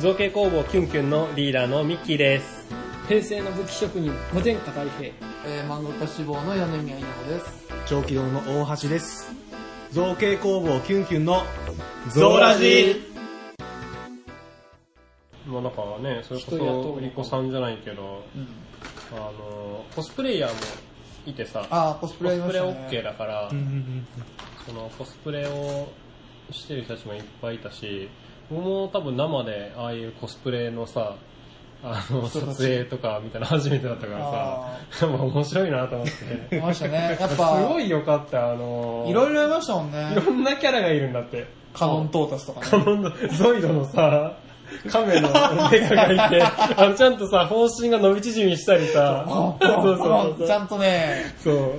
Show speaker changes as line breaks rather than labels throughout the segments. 造形工房キュンキュンのリーダーのミッキーです。
平成の武器職人、無天下太平。
えー、漫画家志望の柳宮稲穂です。
長期堂の大橋です造形工房キュンキュンの
ゾーラジもうなんかね、それこ
人雇、
そうリコさんじゃないけど、
うん。
あの、コスプレイヤーもいてさ、
あー、コス
コ
プレや
スプ
りまし
レ
たね。
オッケーだから、そのコスプレをしてる人たちもいっぱいいたし、僕も多分生でああいうコスプレのさ、あの、撮
人たち
影とかみたいな初めてだったから
あ
さ、なんか面白いなと思っ
や
て。
りまし たね。やっ
す
ぱ、
ごいよかった、あの、
いろいろやりましたもんね
い。ろんなキャラがいるんだって。
カノントータスと
カ
かね。
ノンのゾイドのさ、亀の手ががい て、あのちゃんとさ、方針が伸び縮みしたりさ、そうそうそう
ち
そ
ゃ
う。
んとね、
そう。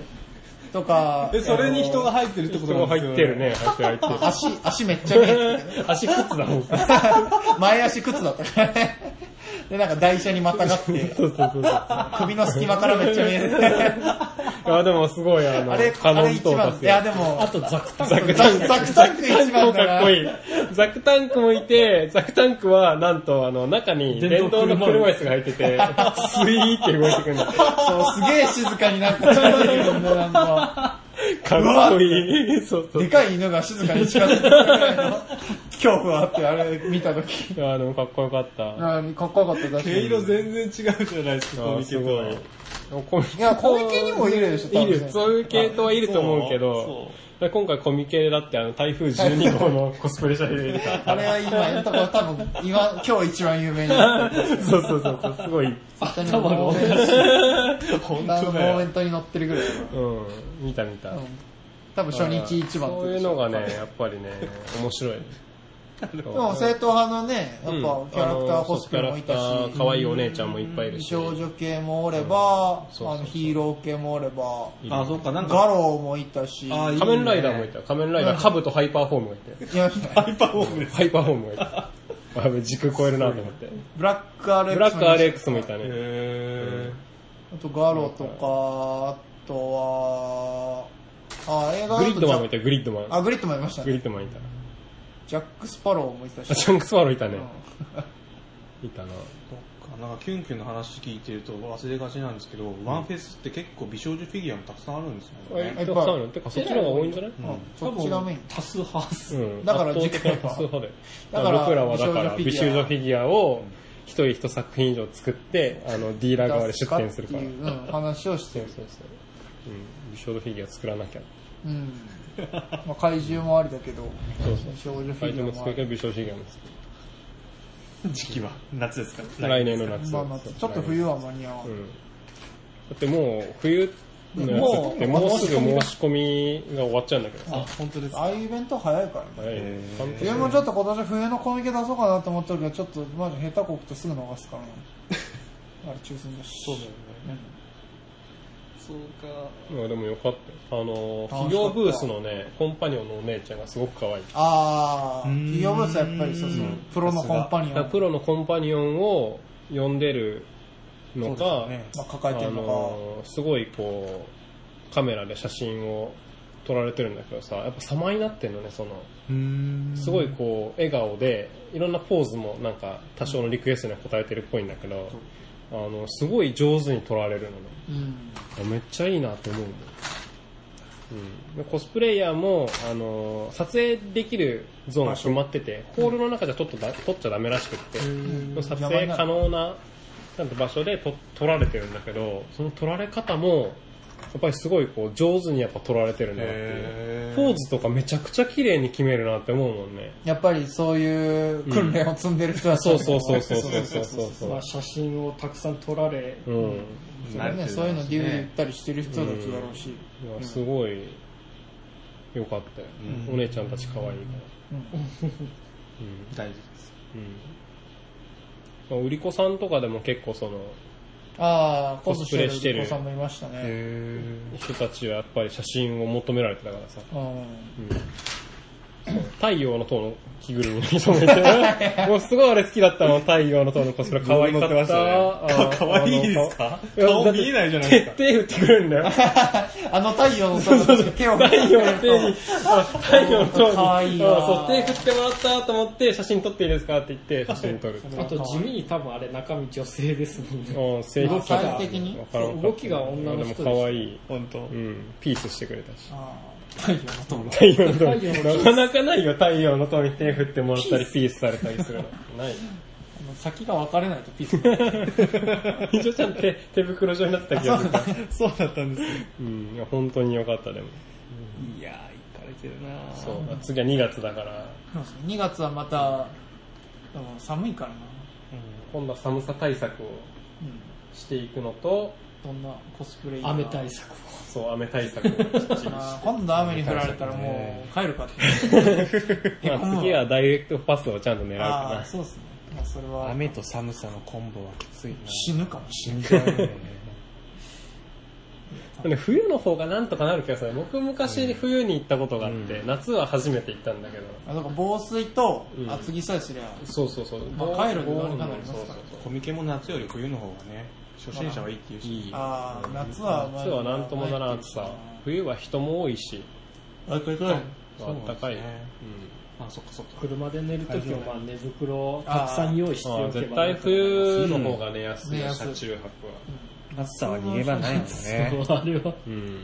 とか。
えそれに人が
あ
入ってるってこ
人
とな
が
んです
入ってるね、入って
の
る
足、足めっちゃ見えて
入ってる。足靴だもん。そう
た前足靴だったからね。で、なんか台車にまたがって、
そうそうそう。
首の隙間からめっちゃ見えてて。
あ、でもすごい、あの、
あれ、
カ
あ
ノ
れ
ン
一
トータ
番。
ス
いや、
や。
でも、あとザクタン
ザクタンク。
ザクタンク一
も
番
うか
だ
っ
な
こいい。ザクタンクもいて、ザクタンクはなんとあの中に電動の車椅子が入ってて、スイーって動いてくるの。
そう、すげえ静かになんか近づいてくるんだよ、なんか。
かっこいい。そうそう
で。かい犬が静かに近づいてくるぐらいの恐怖あって、あれ見たとき。
いやでもかっこよかった。
あかっこよかった、確か
毛
に。
色全然違うじゃないですかコ
あ
ミケ
す
と
ごい。コミ
いや、コミケにもいるでしょ、
い
多分
る、そういう系統はいると思うけど、で今回コミケだってあの台風12号のコスプレ者でいるか
あれは今、のところ多分、今、今日一番有名になってる。
ら。 そうそうそうそう、すごい、
頭がモ
本
ー
当
メ
ね
ントに乗ってるぐらいだから。
うん、見た見た。
多分初日一番
そういうのがね、やっぱりね、面白い。で
でも正統派のね、やっぱキャラクターコスプレもいたし、
可愛いお姉ちゃんもいっぱいいるし。
少女系もおれば、あ
そうそうそう
のヒーロー系もおれば、
いる
あそうかなん
ガ
か
ローもいたし、
あいい
仮面ライダーもいた。仮面ライダー、カブとハイパーフォームがいて。
いや
ハイパーホームです
ハイパーフォームがいて。あ、軸超えるなと思って。
ブラック RX
ブラック RX もいたね。
へ
あとガロとか、あとは、あ、映画だと
グリッドマンもい
ジャ
た、グリッドマン。
あ、グリッドマンいました
グリ
ね。
ッドマンいた。
ジャック・スパローもいた
あ、
し。
ジャンクスワローいたね。
うん
いたな。
ーなんかキュンキュンの話聞いてると忘れがちなんですけど、ワンフェスって結構美少女フィギュアもたくさんあるんですよね。
いっぱい
たくさんある。てか、そっちの方が多いんじゃない
うん
そっちがメイン。
多数派っす。
うん。
だから
圧倒的な多数派で。だから僕らはだから、美
美
少
少
女
女
フ
フ
ィギュアを、一人一作品以上作って、あの、ディーラー側で出展するから。
出すっていううん話をし
そ
て
う
る。
そうそう。うん。美少女フィギュア作らなきゃ。
うん。まあ、怪獣もありだけど、
そうそう
少女フ
相
ィギ
手
ュ
も
アも
作
あ
るけ
り。
ど、美少女フィギュアも作
時期は夏ですか
る。来年の夏。
まあまあ、ちょっと冬は間に合わ。
うんん。だってもう、冬のやつって、
もう
もうすぐ申し込みが終わっちゃうんだけど
あ、本当です
ああいうイベント早いからね。
はい
へー
半年
冬もちょっと今年冬のコミケ出そうかなと思ってるけど、ちょっとマジ下手こくとすぐ逃すか らね。あれ抽選だし。
そうだよね
うん
そうか。
いやでもよかったよあの、
楽しかった
企業ブースのね、コンパニオンのお姉ちゃんがすごく可愛い。
ああ、
うーん
企業ブースはやっぱりそうそう
うん、
プロのコンパニオン、
だからプロのコンパニオンを呼んでるのか、
そうですね
まあ、
あ
抱えてるのか、
の、すごいこう、カメラで写真を撮られてるんだけどさ、やっぱ様になってんのね、その、
うーん。
すごいこう、笑顔で、いろんなポーズもなんか、多少のリクエストには応えてるっぽいんだけど、あの、すごい上手に撮られるのね。
うん、
あめっちゃいいなと思うもん、うん、でコスプレイヤーも、あのー撮影できるゾーンが決まっててホールの中じゃ撮っとだ撮っちゃダメらしくって、
ん
撮影可能ななんか場所で撮撮られてるんだけどその撮られ方もやっぱりすごいこう上手にやっぱ撮られてるなっていう
へー
ポーズとかめちゃくちゃ綺麗に決めるなって思うもんね
やっぱりそういう訓練を積んでる人たち、
そうそうそうそうそうそうそうそ
まあ、
う
写真をたくさん撮られ、
うん、
それね、そういうの理由言ったりしてる人たちだろうし、
いやすごいよかったよ、
うん
お姉ちゃんたち可愛いからうん
大事です。
うん。まあ、売り子さんとかでも結構その
ああ、
コスプレしてる
お子さんもいましたね。
へ
人たちはやっぱり写真を求められてたからさ、
うん、
うん、太陽の塔の着ぐるみに染めて、もうすごいあれ好きだったの、太陽の塔のコスプレ、可愛か
乗ってま
っ
したね
た。
か可愛いですか
や
顔
だって
見えないじゃないですか
手手振ってくれるんだよ。
あの太陽の空の手を。
太陽の手に、あ太陽の塔に、
可愛いわ
あそう手振ってもらったと思って、写真撮っていいですかって言って、写真撮る。
あと地味に多分あれ中身女性ですもんね。
うん、性
動きが
サイズ的に
わからんかった
動きが女の人です
でも可愛い。
本当
うん、ピースしてくれたし。
あ
太陽の塔
太陽の
に。なかなかないよ、太陽の塔に手振ってもらったり、ピースされたりするの。ない。
ーあの先が分かれないとピー ス。
一応ちゃんと手手袋状になってた気がするから。
そうだったんですよ
うん、いや本当に良かった、でも。
いやー、行かれてるなー
そう。次は2月だから、
2月はまた、でも寒いからな。
うん
今度は寒さ対策を
うん。
していくのと、
どんなコスプレいいな
雨対策を。
そう、雨対策をきっちりして。
あー今度雨に降られたらもう帰るかって。
まあ次はダイレクトパスをちゃんと狙う
ああ、
か
そうですね。まあそれは。
雨と寒さのコンボはきついな
死 ぬかもし
死んじゃうよね
な。で冬の方がなんとかなる気がする。僕昔冬に行ったことがあって、
うん
夏は初めて行ったんだけど。
れない。なんか防水と
うん
厚着さえすりゃ、
そうそうそう。
まあ帰るのになりますから
そうそうそう
コミケも夏より冬の方がね初心者はいいっていうし
いい。
ああ、夏は、
夏はなんともならん暑さ。冬は人も多いし、
あ、これこれ。
あったかい。
そうですね
うん
あそっかそっか
車で寝るときはまあ寝袋をたくさん用意して
あ
お
あ
け
絶
ば
対
なんとかなり
冬の方が寝やすいよ、
うん
車中泊は。
暑さは逃げ場ないんですね
ます。そうあれは。
うん。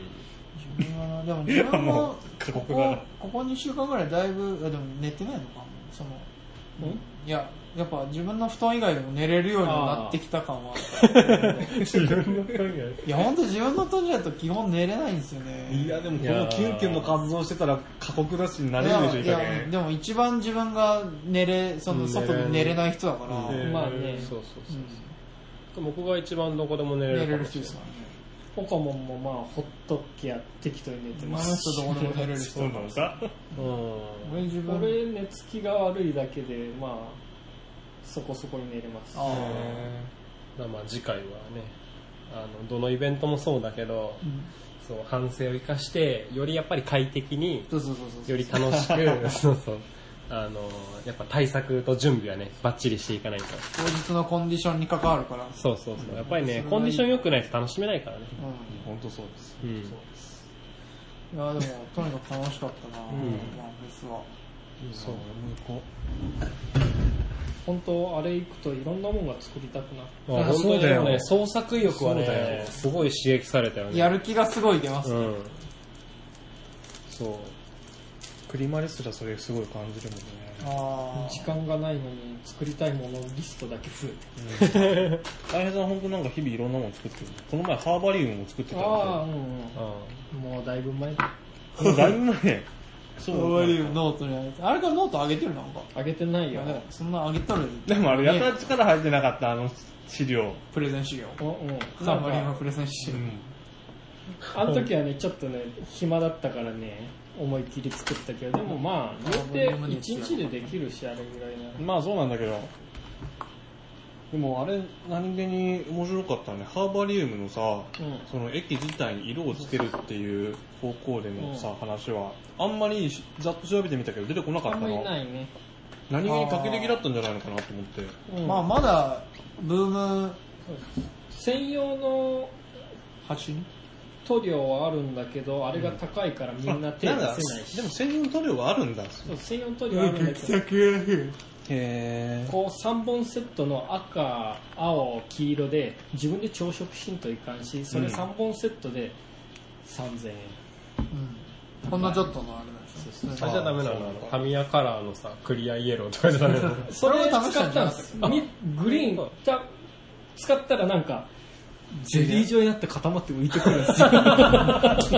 自分はな、でも自分も、
過
こ
酷だ
こ
な、
ここ2週間ぐらいだいぶ、あでも寝てないのかその、いや、やっぱ自分の布団以外でも寝れるようになってきた感は。
自分の考え。
いや、ほんと自分の布団じゃと基本寝れないんですよね。
いやでもこのキュンキュンの活動してたら過酷だし慣
い
れ
や
るでしょい
い
いか
や
ね
でも一番自分が寝れ、その外で寝れない人だから、
うん
うん
まあね
そうそうそう。僕が一番どこでも寝れ
寝
る
れ
か
る
もし
人
れな
で
い
す。から
ポカモンもまあほっときゃ適当に寝て
ね。
ま
あ
す
の人ど
し。
こでも寝れる人
そうなのか
うん。
俺自分、
俺寝つきが悪いだけでまあそこそこに寝れます。
あ
だからまあ次回はね、あの、どのイベントもそうだけど
ー、うん
そう、反省を生かして、よりやっぱり快適に、
そうそうそうそう。
より楽しく、そうそう。あの、やっぱ対策と準備はね、バッチリしていかないと。
当日のコンディションに関わるから。
そうそうそう。やっぱりね
それがい、い
コンディション良くないと楽しめないからね。
う
本当そうです
うん
本当そうです
ん。いや、でも、とにかく楽しかったな、
ん
ワンピースは。
そう俺も行こ
本当あれ行くといろんなもんが作りたくなる。
まあ
あ
本当にでもね、
そ
創作意欲は
そうだ
ね
よ、
すごい刺激されたよね。
やる気がすごい出ます。
うん。そう。
うクリマレスラそれすごい感じるもんね
あ
時間がないのに作りたいものリストだけ増えて
大平さん本当なんか日々いろんなもの作ってるこの前ハーバリウムも作ってたん
ああ、う
で
ん
あ
うん。もうだいぶ前に
もうだいぶ前
あ。そういうノートにあげて。あれからノート上げてるなんか。
あげてない
い
よ
や、。でもそんな上げとる。
でもあれやたら
ね
力入ってなかったあの資料
プレゼン資料。
うんうん。
サ
な
ンマリー
ん
の
か
プレゼン資料。
あの時はね、ちょっとね、暇だったからね、思いっきり作ったけど、でもまあ、言うて一日でできるし、あれぐらいなら。
まあそうなんだけどでもあれ何気に面白かったねハーバリウムのさ
うん。
その駅自体に色をつけるっていう方向でのさ、話はあんまりしざっと調べてみたけど出てこなかっ
あ
た
んまり
の
ないね。
何気に画期的だったんじゃないのかなと思って
うん
まあ、まだ、ブーム
専用の
発信
塗料はあるんだけど、あれが高いからみんな手出せないし。
でも専用塗料はあるんだへ
そう専用塗料はあるんだけど、
え
こう3本セットの赤、青、黄色で自分で朝食しんといかんし、それ3本セットで3000円。
うん。ほんのちょっとのあれなんですよ。
あれじゃダメなのあのタミヤカラーのさ、クリアイエローとかじゃダメなの
それを使ったんで
そ
す
れ。
みグリーンた使ったらなんか、ゼリー状になって固まって浮いてくるんですよ。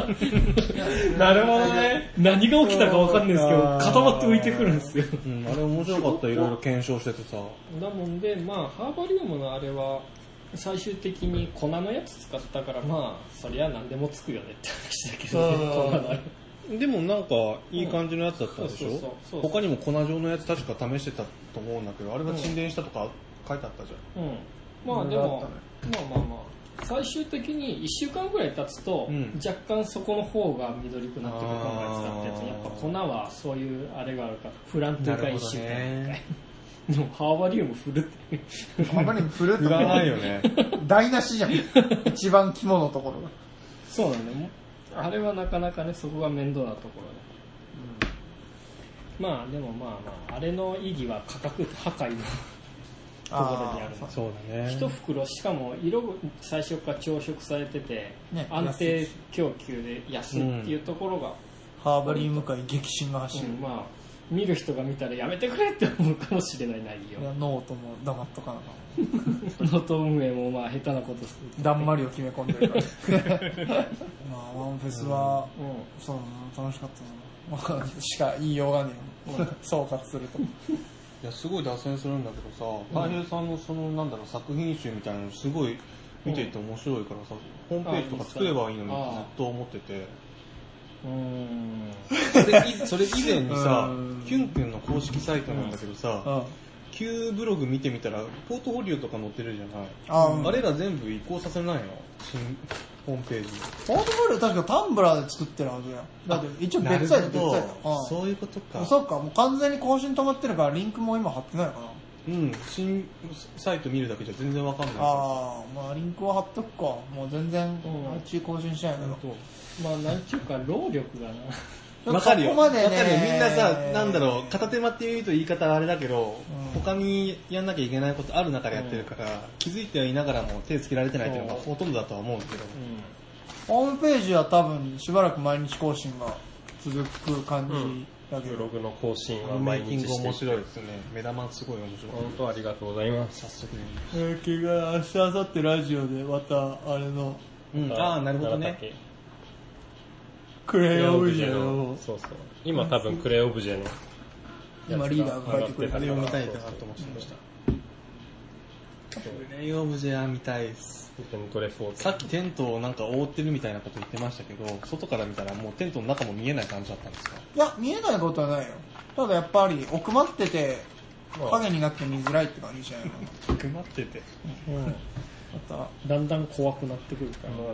なるほどね。
何が起きたかわかんないですけど、固まって浮いてくるんですよ。
うん、あれ面白かったいろいろ検証しててさ
だもんで、まあ、ハーバリウムのあれは、最終的に粉のやつ使ったから、まあ、そりゃ何でもつくよねって話だけどね、
そう
粉のあれ。
でもなんかいい感じのやつだったんでし
うんそうそう
ょ
そうそう
他にも粉状のやつ確か試してたと思うんだけどあれが沈殿したとか書いてあったじゃん
うん。まあでも、まあまあまあ、最終的に1週間ぐらい経つと、
うん
若干そこの方が緑くなってて
あー
今回使ったやつやっぱ粉はそういうあれがあるからフラントが1週間に一回、でもハーバリウム振る って
あまりに振るっ
売らない
と
よ ね。
台無しじゃん一番肝のところが
そうなんだよあれはなかなかねそこが面倒なところでまあでもまあまああれの意義は価格破壊のところにある
ー
そうだね。
一袋しかも色が最初から朝食されてて、
ね
安定供給で安いっていうところが、
ハーバリウム界激震が走る、
うんまあ見る人が見たらやめてくれって思うかもしれない内容
いやノートも黙っとかなあかん
ノート運営もまあ下手なことする
だんまりを決め込んでるからまあワンフェスは、
う
そうだな楽しかったな、まあ、しか言いようがねえよ総括すると
いや、すごい脱線するんだけどさ、大平さんのその、なんだろう、作品集みたいなのすごい見ていて面白いからさ、ホームページとか作ればいいのにってずっと思ってて、
んうん
それいそれ以前にさ
うん、
キュンキュンの公式サイトなんだけど
う
さ、
ん
Q ブログ見てみたら、ポートフォリオとか載ってるじゃない。
あうん
あれら全部移行させないの新ホームページに。
ポートフォリオ確かタンブラーで作ってるはずやだって一応別サイト別サイト
ど
うん
そういうことか。
そっかもう完全に更新止まってるからリンクも今貼ってないのかな
うん、新サイト見るだけじゃ全然わかんないさ。
ああまあリンクは貼っとくかもう全然
ん
あっち更新しないけど
まあなんちゅうか労力がな
わかる
そ
よ。
こま
わか
で
る
ね
よ。みんなさ、なんだろう、片手間っていうと言い方はあれだけど、
うん
他にやんなきゃいけないことある中でやってるから、気づいてはいながらも手つけられてないっていうのがほとんどだとは思うんだけど。
ホームページは多分しばらく毎日更新が続く感じだけ
ブ
ど、
ログの更新
こ
は
のメイ
毎
キン
日
グ
して
面
いく
白いですね。目玉すごい面白い。
本当ありがとうございます。
早速ね。
えー、気が明日、明後日ラジオでまた、あれの、
うん、ああ、なるほどね。
奈良竹ク
クレ
レ
ヨ
オ
ンオ
ブ
ブ
ジ
ジ
ェ
ェ
の
の、
そうそう。今多分クレオブジェの。
今リーダーが書いてくれ
あ
た
上がって
れを見たいかなと思ってました。プレイオブジェア見たいです。
テントレフォー
さっきテントをなんか覆ってるみたいなこと言ってましたけど、外から見たらもうテントの中も見えない感じだったんですか
いや、見えないことはないよ。ただやっぱり、奥まってて、
まあ
影になって見づらいって感じじゃないかな。
曇ってて。
ま
だんだん怖くなってくるから、周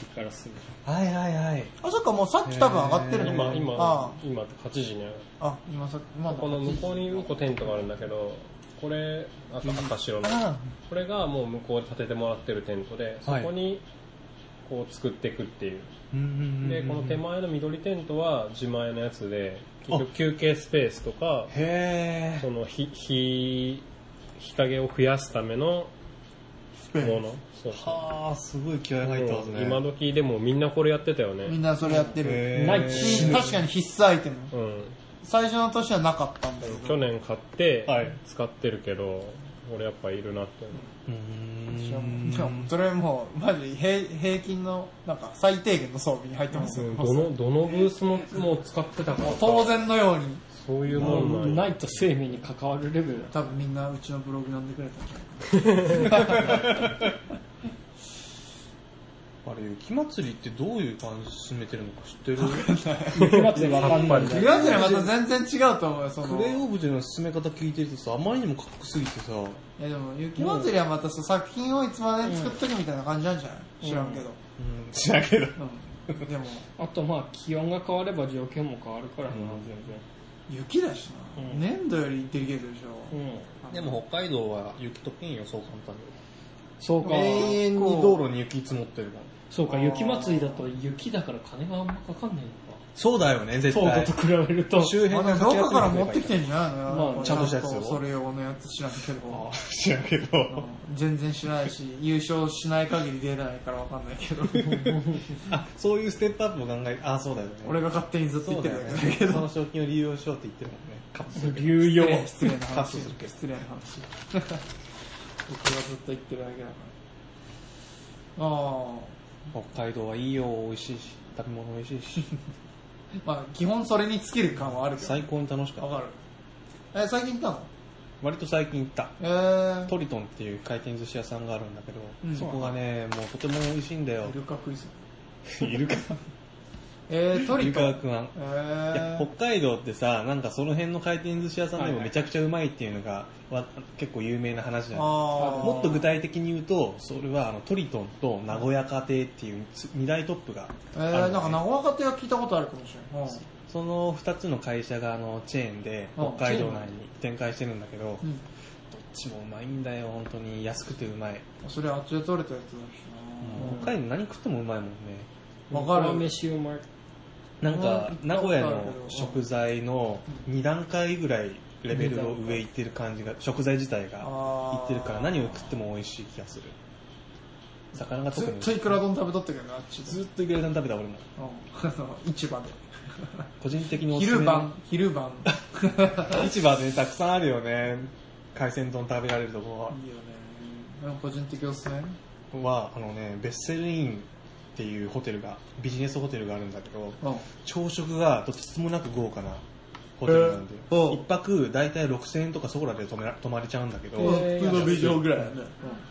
りからすぐ
はいはいはい。
た、あ、そっか、もうさっき多分上がってるの
今、今
あ、
今8時にある。
あ、あ今さっき、まだ。
この向こうにうんこテントがあるんだけど、これ、あと赤白の。
あ
これがもう向こうで建ててもらってるテントで、そ
はい
こにこう作っていくっていう。で、
で
この手。前の緑テントは自前のやつで、結局休憩スペースとか、
へ
その日、日、日陰を増やすための
スペ
も
イ
の。そう
ー。
そう
はあ、すごい気合入ったはずね。
今時でもみんなこれやってたよね。
ン。みんなそれやってる。
へー
ないし
し確かに必須アイテム。
うん。
最初の年はなかったんだけ
去
ど。
年買って
はい
使ってるけど、俺やっぱいるなって思う
うー
いや
ん。
もうそれはもう、マジで平平均の、なんか、最低限の装備に入ってますよ。
どのどのブースももう使ってたからさ
当然のように。
そういうもんなんや
ないと生命に関わるレベルだ
多分みんなうちのブログ読んでくれたんじゃない
あれ、雪祭りってどういう感じで進めてるのか知ってる
雪祭りわかんないんだ
ク
よ
リアはまた全然違うと思うよ、その。
クレイ
い
オブジェの進め方聞いてるとさ、あまりにもかっこすぎてさ、う
やでも、雪祭りはまたそう作品をいつまで作っとくみたいな感じなんじゃない知らんけど。
ん、知らんけど。
うん。でも、
あとまあ気温が変われば条件も変わるからな、
雪だしな
う。ん
粘土よりデリケートでし
全然。うん。
ょ。
で、も北海道は雪とけんよ、そう簡単に。
そうか、
永遠に道路に雪積もってるから。
そうか、
あー
雪祭りだと雪だから金があんまかかんないのか。
そうだよね、絶
そうか
対
と。比べると。
周
ま
辺
だ
の
どっかから持ってきてんじゃない
まあ
のやっぱ
ち
ゃんとしたやつよ
それ用のやつ知らんけ
あ
ど。
ー知らんけど。
うん全然知らないし、優勝しない限り出ないからわかんないけど。
あ、そういうステップアップを考え、あ、そうだよね。
俺が勝手にずっと
そ
言っ
う
てる
だよ
だけだ
ね。
けど
そ。の賞金を利用しようって言ってるもんね。カップするけど
流用。
失礼な
カッ
話
トするけど
失 礼な話僕はずっと言ってるだけだからあ
北海道はいいよ、美味しいし、食べ物美味しいし、
あまあ基本それに尽きる感はあるけど
最高に楽しかっ
わ
た。
かるえ最近行ったの
割と最近行った。
え
トリトンっていう回転寿司屋さんがあるんだけど、
うん
そこがね、もうとても美味しいんだよ
ー、イ。ルカ食いそう
いるか。
えー、トリ
ゆ
ト。
かくん。
え
いや
ー、
北海道ってさ、なんかその辺の回転寿司屋さんでもめちゃくちゃうまいっていうのが、わ結構有名な話じゃない
あー
もっと具体的に言うと、それはあのトリトンと名古屋家庭っていう2大トップが
え
あるの
ー、
ね
なんか名古屋家庭は聞いたことあるかもしれない。
その2つの会社があのチェーンで
あ
北海道内に展開してるんだけど、
う
どっ
ん。
ちもうまいんだよ、本当に。安くてうまい。
うんそれあっちで取れたやつだ
もう
し
北海道何食ってもうまいもんね。
な。わか
お
る。
飯うまい。
なんか
うん
名古屋
行った
の
ことあるけど
食材の2段階ぐらいレベルの上行ってる感じが、食材自体が
あー
行ってるから何を食っても美味しい気がする。魚が
ず
特
っ
に。
といくら丼食べとったけどね、あっちで。
ずっといくら丼食べた俺も。
うん 市場で。
個人的におすすめ
昼
の
晩、昼晩。
市場でねたくさんあるよね海鮮丼食べられるとこ
いいよね。うん個人的おすすめ。
ははあのねベッセルインっていうホテルがビジネスホテルがあるんだけど
うん
朝食がとてつもなく豪華なホテルなんで、
えー
一泊大体6000円とかそこらで泊めら泊まれちゃうんだけど、
えー
普通のビジョンぐらいだね。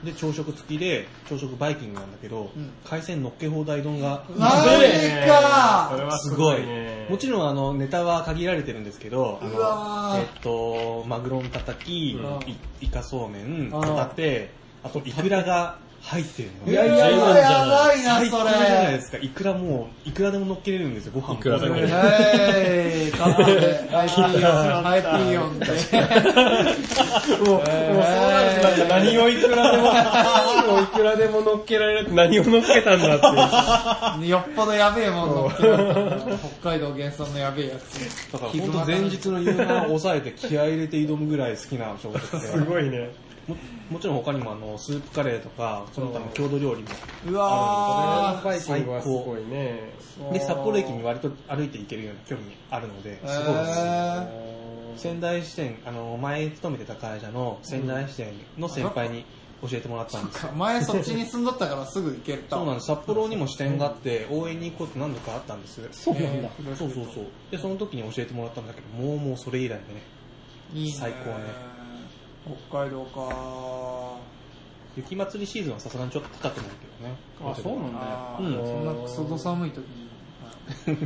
で朝食付きで朝食バイキングなんだけど、
うん
海鮮のっけ放題丼が
マジ
それ
か
は
すごい
ね。
もちろんあのネタは限られてるんですけど、あ
うわ
の
ー
えっと、マグロのたたき、
うん
いイカそうめん、
あー
ホタテ、あとイクラが入ってるの
い
ね。
やいやいや、やばいな、
最
そ
高じゃないで
れ。
すか。イクラもう、いくらでも乗っけれるんですよ、ご飯も。
いくらでも
ね
えー、カバーで、ハイピーヨン、ハイピーヨンで。もう、もうそうなると
何をいくらで も、何をいくらでも乗っけられる、何を乗っけたんだって
よっぽどやべえもん乗っけよう北海道原産のやべえやつ。
だから本当前日の夕飯を抑えて気合い入れて挑むぐらい好きな
い
食
う。
事
す
で。
ごいね。
ももちろん他にもあの、スープカレーとか、その他の郷土料理も。
う
わ
わ
ー
ー。
最高。すごいね。
で、札幌駅に割と歩いて行けるような距離にあるので、すごいおすすめ
え
仙台支店、あの、前勤めてた会社の仙台支店の先輩に教えてもらったんですよ。
ー、前そっちに住んどったからすぐ行けた。
そうなんです。札幌にも支店があって、応援に行こうって何度かあったんです。そう
なんだ
そうそうそう。で、その時に教えてもらったんだけど、もうもうそれ以来でね、
いいね。
最高ね。
北海道か
雪祭りシーズンはさすがにちょっと高くなるけ どね。
あ、そうなんだよ。
あ
うん
ーそんなクソど寒い時に。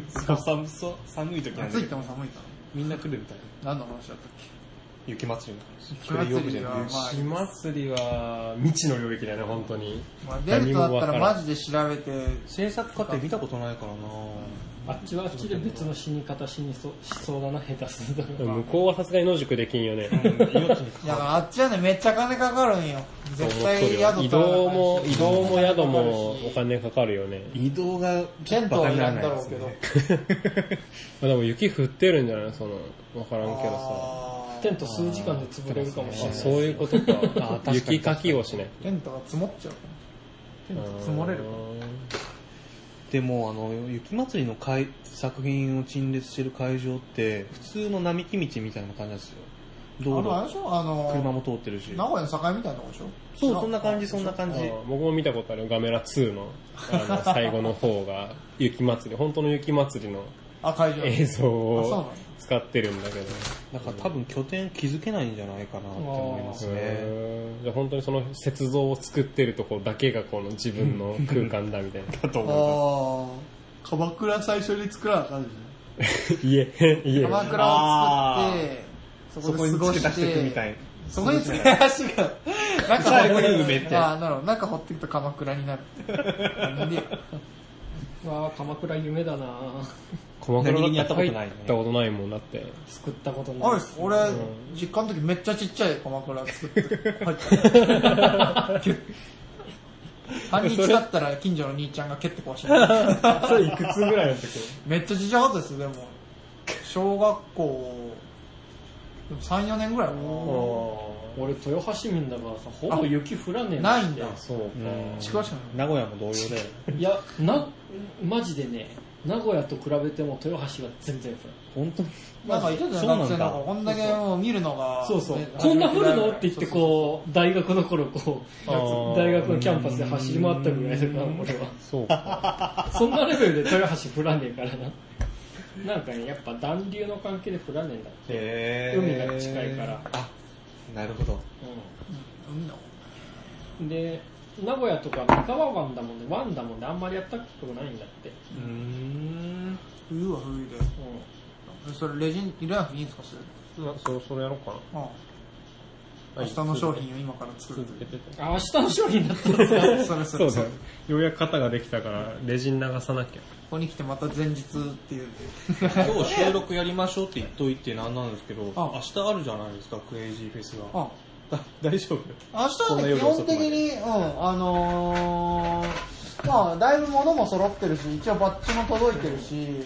そう寒 そう、寒い時なんだ
暑い
け
って
ど
も、寒いか
みんな来るみたいな。
ら。何の話だったっけ
雪祭りの
雪
話。
祭りは
これよくじゃない
まあ
火祭りは未知の領域だね、本当に。
まあ、出るとだったらマジで調べて、
制作過程見たことないからな
あっちはあっちで別の死に方死にそうしそうだな、下手するだ ろう
向こうはさすがに野宿できんよね。
命に
だからあっちはね、めっちゃ金かかるんよ。絶対宿取らな
移
い
動も、移動も宿もお
かかる
金
し
かかるよね。
移動が、
テントはいらんだろうけど。
まあでも雪降ってるんじゃないその、わからんけどさ。
あー
テント数時間で潰れるかもしれ
あ
ない。
そういうことか
確か。に
雪かきをしない。
テントが積もっちゃうからテント積もれるか
う
ら
でも、あの、雪祭りの会作品を陳列してる会場って、普通の並木道みたいな感じなんですよ。道
あの、あれ
路、
でしょあ
車
の、
も通ってるし。
名古屋の境みたいなとこでしょ
そう、そんな感じ、そんな感
ーん
じ。
あー僕も見たことあるよガメラ2のあの最後の方が雪祭り、本当の雪祭りの
あ、会場。
映像
あそうな
を
の
使ってるんだけど。
だから多分拠点気づけないんじゃないかなって思いますね。
へーじゃあ本当にその雪像を作ってるとこだけがこの自分の空間だみたいな。
だと思い
あー、鎌倉最初に作らなかったじ
家、家。
鎌倉を作って、そ
ます。そこ
こで過
に
ご
付
して、
け足していくみたい。
そこに付け足しが、なんか掘
最後に
っ
埋
て
め
く
て
と、ああ、なるほど。なんか掘っていくと鎌倉になる。なんで
わあ鎌倉夢だな
鎌倉
何気にや
だっ
っ
たた
こ
入
と
っ
ないね
たことないもんだって。
作ったことな い。
あれです俺、実家の時めっちゃちっちゃい鎌倉作って、入った。キュッ半日経ったら近所の兄ちゃんが蹴って壊した。
それいくつぐらいの時
めっちゃちっちゃかったですよ、でも。小学校、でも3、4年ぐらいか
俺、豊橋民だからさ、ほぼ雪降らねえ
な。ないんだ。
そうか。
うん
ちくわしか
名古屋も同様だよ。
いや、な、マジでね、名古屋と比べても豊橋は全然降らない。
本当に。
ない。なんか言ってた
そ
よ、
うなんだ
学生の頃。こんだけもう見るのが。
そうそう
ね。
こんな降るのって言ってこう、大学の頃こう、
あー
大学のキャンパスで走り回ったぐらいだから、俺は。
そうか。
そんなレベルで豊橋降らねえからな。なんかね、やっぱ暖流の関係で降らねえんだ。
へ
海が近いから
あ、なるほど。
う
うん。うん
ん。で、名古屋とか三河湾だもんね、湾だもんね、あんまりやったことないんだって。
うーん。
冬は冬で。
う
それ、レジン、いらなくていいんですかそれ。
まあ、そそれやろうか
ああ
な。
明日の商品を今から作る
続。けてて。
ん。あ、明日の商品だったんですか
それそ
そ
れ
う
そ
だ
れ。
よ
こ。
ようやく型ができたから、レジン流さなきゃ。
こに来てまた前日っていう。
今日収録やりましょうって言っといてなんなんですけど、
あ
明日あるじゃないですか、クレイジーフェスが。
あ
だ 大丈夫
明日はね基本的に、うん、あのー、まあ、だいぶ物も揃ってるし、一応バッジも届いてるし、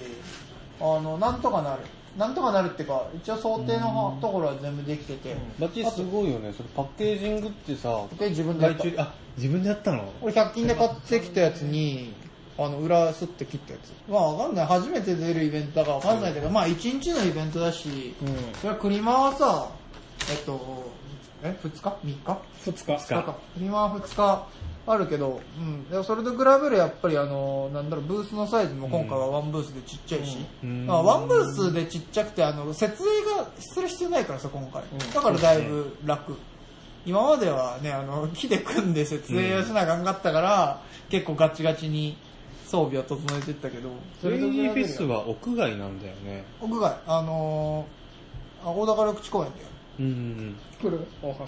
あの、なんとかなる。なんとかなるってか、一応想定のところは全部できてて、
だってすごいよね、それパッケージングってさ、
で、自分でや
外
った
注。あ、自分でやったの
俺100均で買ってきたやつに、あの、裏すって切ったやつ。まあ、わかんない。初めて出るイベントだからわかんないけど、まあ、1日のイベントだし、それはクリマはさ、えっと、え、2日 ?3 日
二日。
なんか、今は2日あるけど、うん。でもそれと比べるやっぱりあの、なんだろう、ブースのサイズも今回はワンブースでちっちゃいし、
うん
まあワンブースでちっちゃくて、あの、設営がする必要ないからさ、今回。だからだいぶ楽。今まではね、あの、 木で組んで設営をしなあかんかったから、結構ガチガチに装備を整えてったけど、
クレイ
と
ジ
比べる
ー
よ
フェスは屋外なんだよね。
屋外、あのー、あ大高緑地公園だよ。
うん。
来る大橋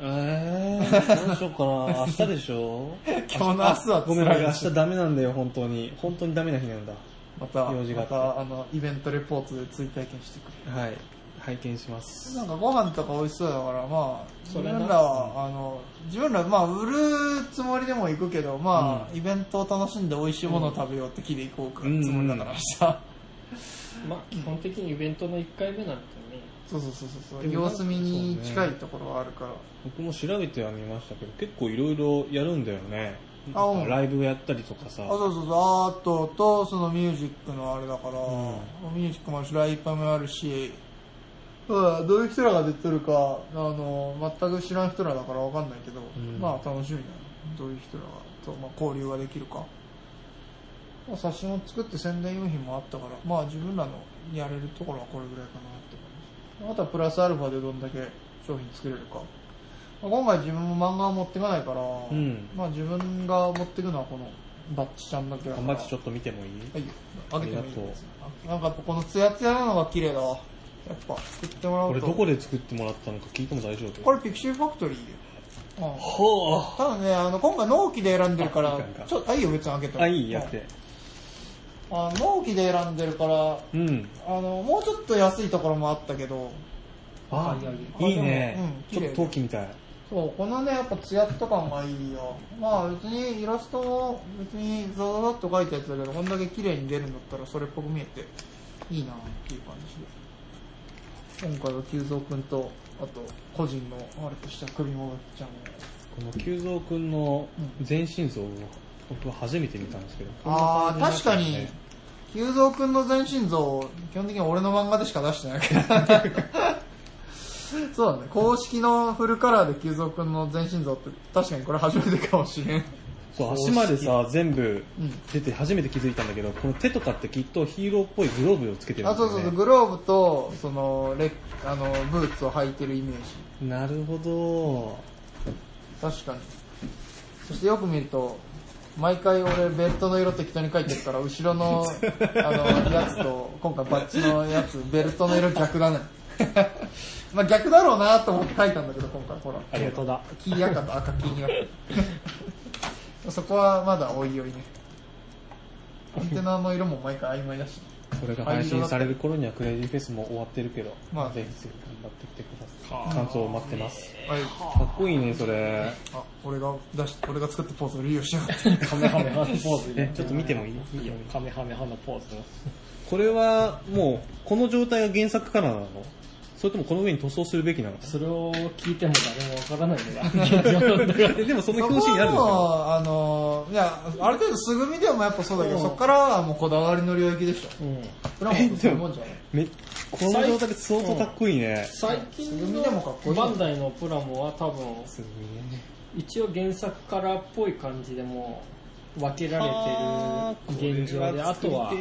えー、どうしようかな。明日でしょ
今日の明日は
ごめんなさい、明
し
日ダメなんだよ、本当に。本当にダメな日なんだ。
また、
用事
ま
があって
た、あの、イベントレポートで追体験してくれ。
はい。拝見します。
なんかご飯とか美味しそうだから、まあ、自
そ
分
れ
ら
な
は、あの、自分ら、まあ、売るつもりでも行くけど、まあ、イベントを楽しんで美味しいものを食べようって気で行こうか、
うん
つもりだから、明日。
の。まあ、基本的にイベントの1回目なんてね。
そうそうそうそうそ
で
う、
も
様子見に近いところはあるから。
僕も調べてはみましたけど、結構いろいろやるんだよね。
あ
なんかライブやったりとかさ
あ、。そうそうそう、アートと、そのミュージックのあれだから、ミュージックもあるし、ライパもあるし、まあ、どういう人らが出てるか、あの、全く知らん人らだからわかんないけど、
ん
まあ、楽しみだよ。どういう人らが、と、まあ、交流ができるか。まあ、写真を作って宣伝用品もあったから、まあ、自分らのやれるところはこれぐらいかなって感じ。あとはプラスアルファでどんだけ商品作れるか。まあ今回自分も漫画は持ってかないから、
ん
まあ自分が持ってくのはこのバッチちゃんだけだか
あ
ら。
んまりちょっと見てもいい
はい、あげてもいい
ありが
ですなんかやっぱこのツヤツヤなのが綺麗だわ。やっぱ作ってもら
こ
う
れ
と。
どこで作ってもらったのか聞いても大丈夫
これピクシーファクトリーよ。うん
ほう
ただね、あの、今回納期で選んでるから
あいいかいいか、
ちょっと、あ、いいよ、別に開けても
あ、いい、やっ。
うん
て。
あ納期で選んでるから、
うん。
あの、もうちょっと安いところもあったけど、
あ
いいよいいよ、
いいね
うん。
ちょっと陶器みたい。
そう、このね、やっぱツヤっと感がいいよ。まあ別にイラストも別にザザザっと描いたやつだけど、こんだけ綺麗に出るんだったらそれっぽく見えていいなっていう感じで。今回は久蔵くんと、あと個人のあれとした首もちゃんも。
この久蔵くんの全身像を僕は初めて見たんですけど。
あー、確か
こんな感じだっ
に
たね、
久蔵くんの全身像、基本的に俺の漫画でしか出してないから。 そうだね、公式のフルカラーで久蔵くんの全身像って確かにこれ初めてかもしれん。
そう、足までさ、全部
うん
出て初めて気づいたんだけど、この手とかってきっとヒーローっぽいグローブをつけてるん
あ
です
そう
よ
そう
ね。
そうグローブとそのレあのブーツを履いてるイメージ
なるほど。
確かにそしてよく見ると毎回俺ベッドの色適当に書いてるから後ろ のあのやつと今回バッジのやつベルトの色逆だね まあ逆だろうなと思って書いたんだけど今回ほら
ありがとうだ。
黄色赤と赤黄色 そこはまだおいおいねアンテナの色も毎回曖昧だし
これが配信される頃にはクレイジーフェスも終わってるけど、
まあ
ぜひぜひ頑張ってきてください。感想を待ってます。
はい
かっこいいね、それ。
あ俺が出し俺が作ったポーズを利用しやがって
カメハメハのポーズ
え、ちょっと見てもいい
いいよ、カメハメハのポーズ。
これはもう、この状態が原作からなのそれともこの上に塗装するべきなの
それを聞いても誰もわからないのが、現状だから
えでもその
そこ
表紙にあるでしょ
はもう、あの、いや、ある程度素組みでもやっぱそうだけど、そこからはもうこだわりの領域でしょ。
うん
それはもうそういうもんじゃない。
めこの状態で相当かっこいいね。
最近
素組みでもかっこいい
バンダイのプラモは多分
すご
一応原作からっぽい感じでもう分けられてる現状であとは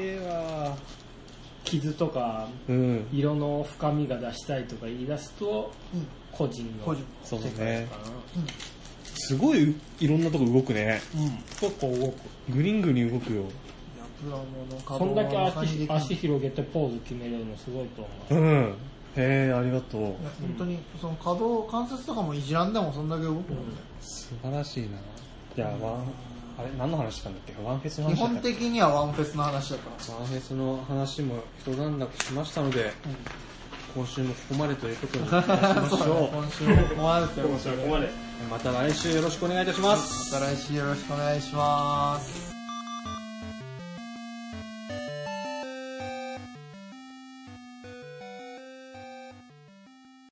傷とか
うん。
色の深みが出したいとか言い出すと
うん
個人の
個人。
そうね。すごいいろんなとこ動くね。
結構動く。
グリングリン動くよ。
いやプラモの
そ
稼
んだ
働
け
は最
足
適
足広げてポーズ決めれるのすごいと思う。
うん。へえ、ありがとう
い。や本当にその可動関節とかもいじらんでもそんだけ動くもんね、
素晴らしいな。いや、ワン、あれ、何の話したんだっけワンフェスの
基
話だった
本的にはワンフェスの話だから
ワンフェスの話も一段落しましたので、今週もここまでということにいたしましょ
今週も困るってことで
こまで。
う。また来週よろしくお願いいたします。
また来週よろしくお願いします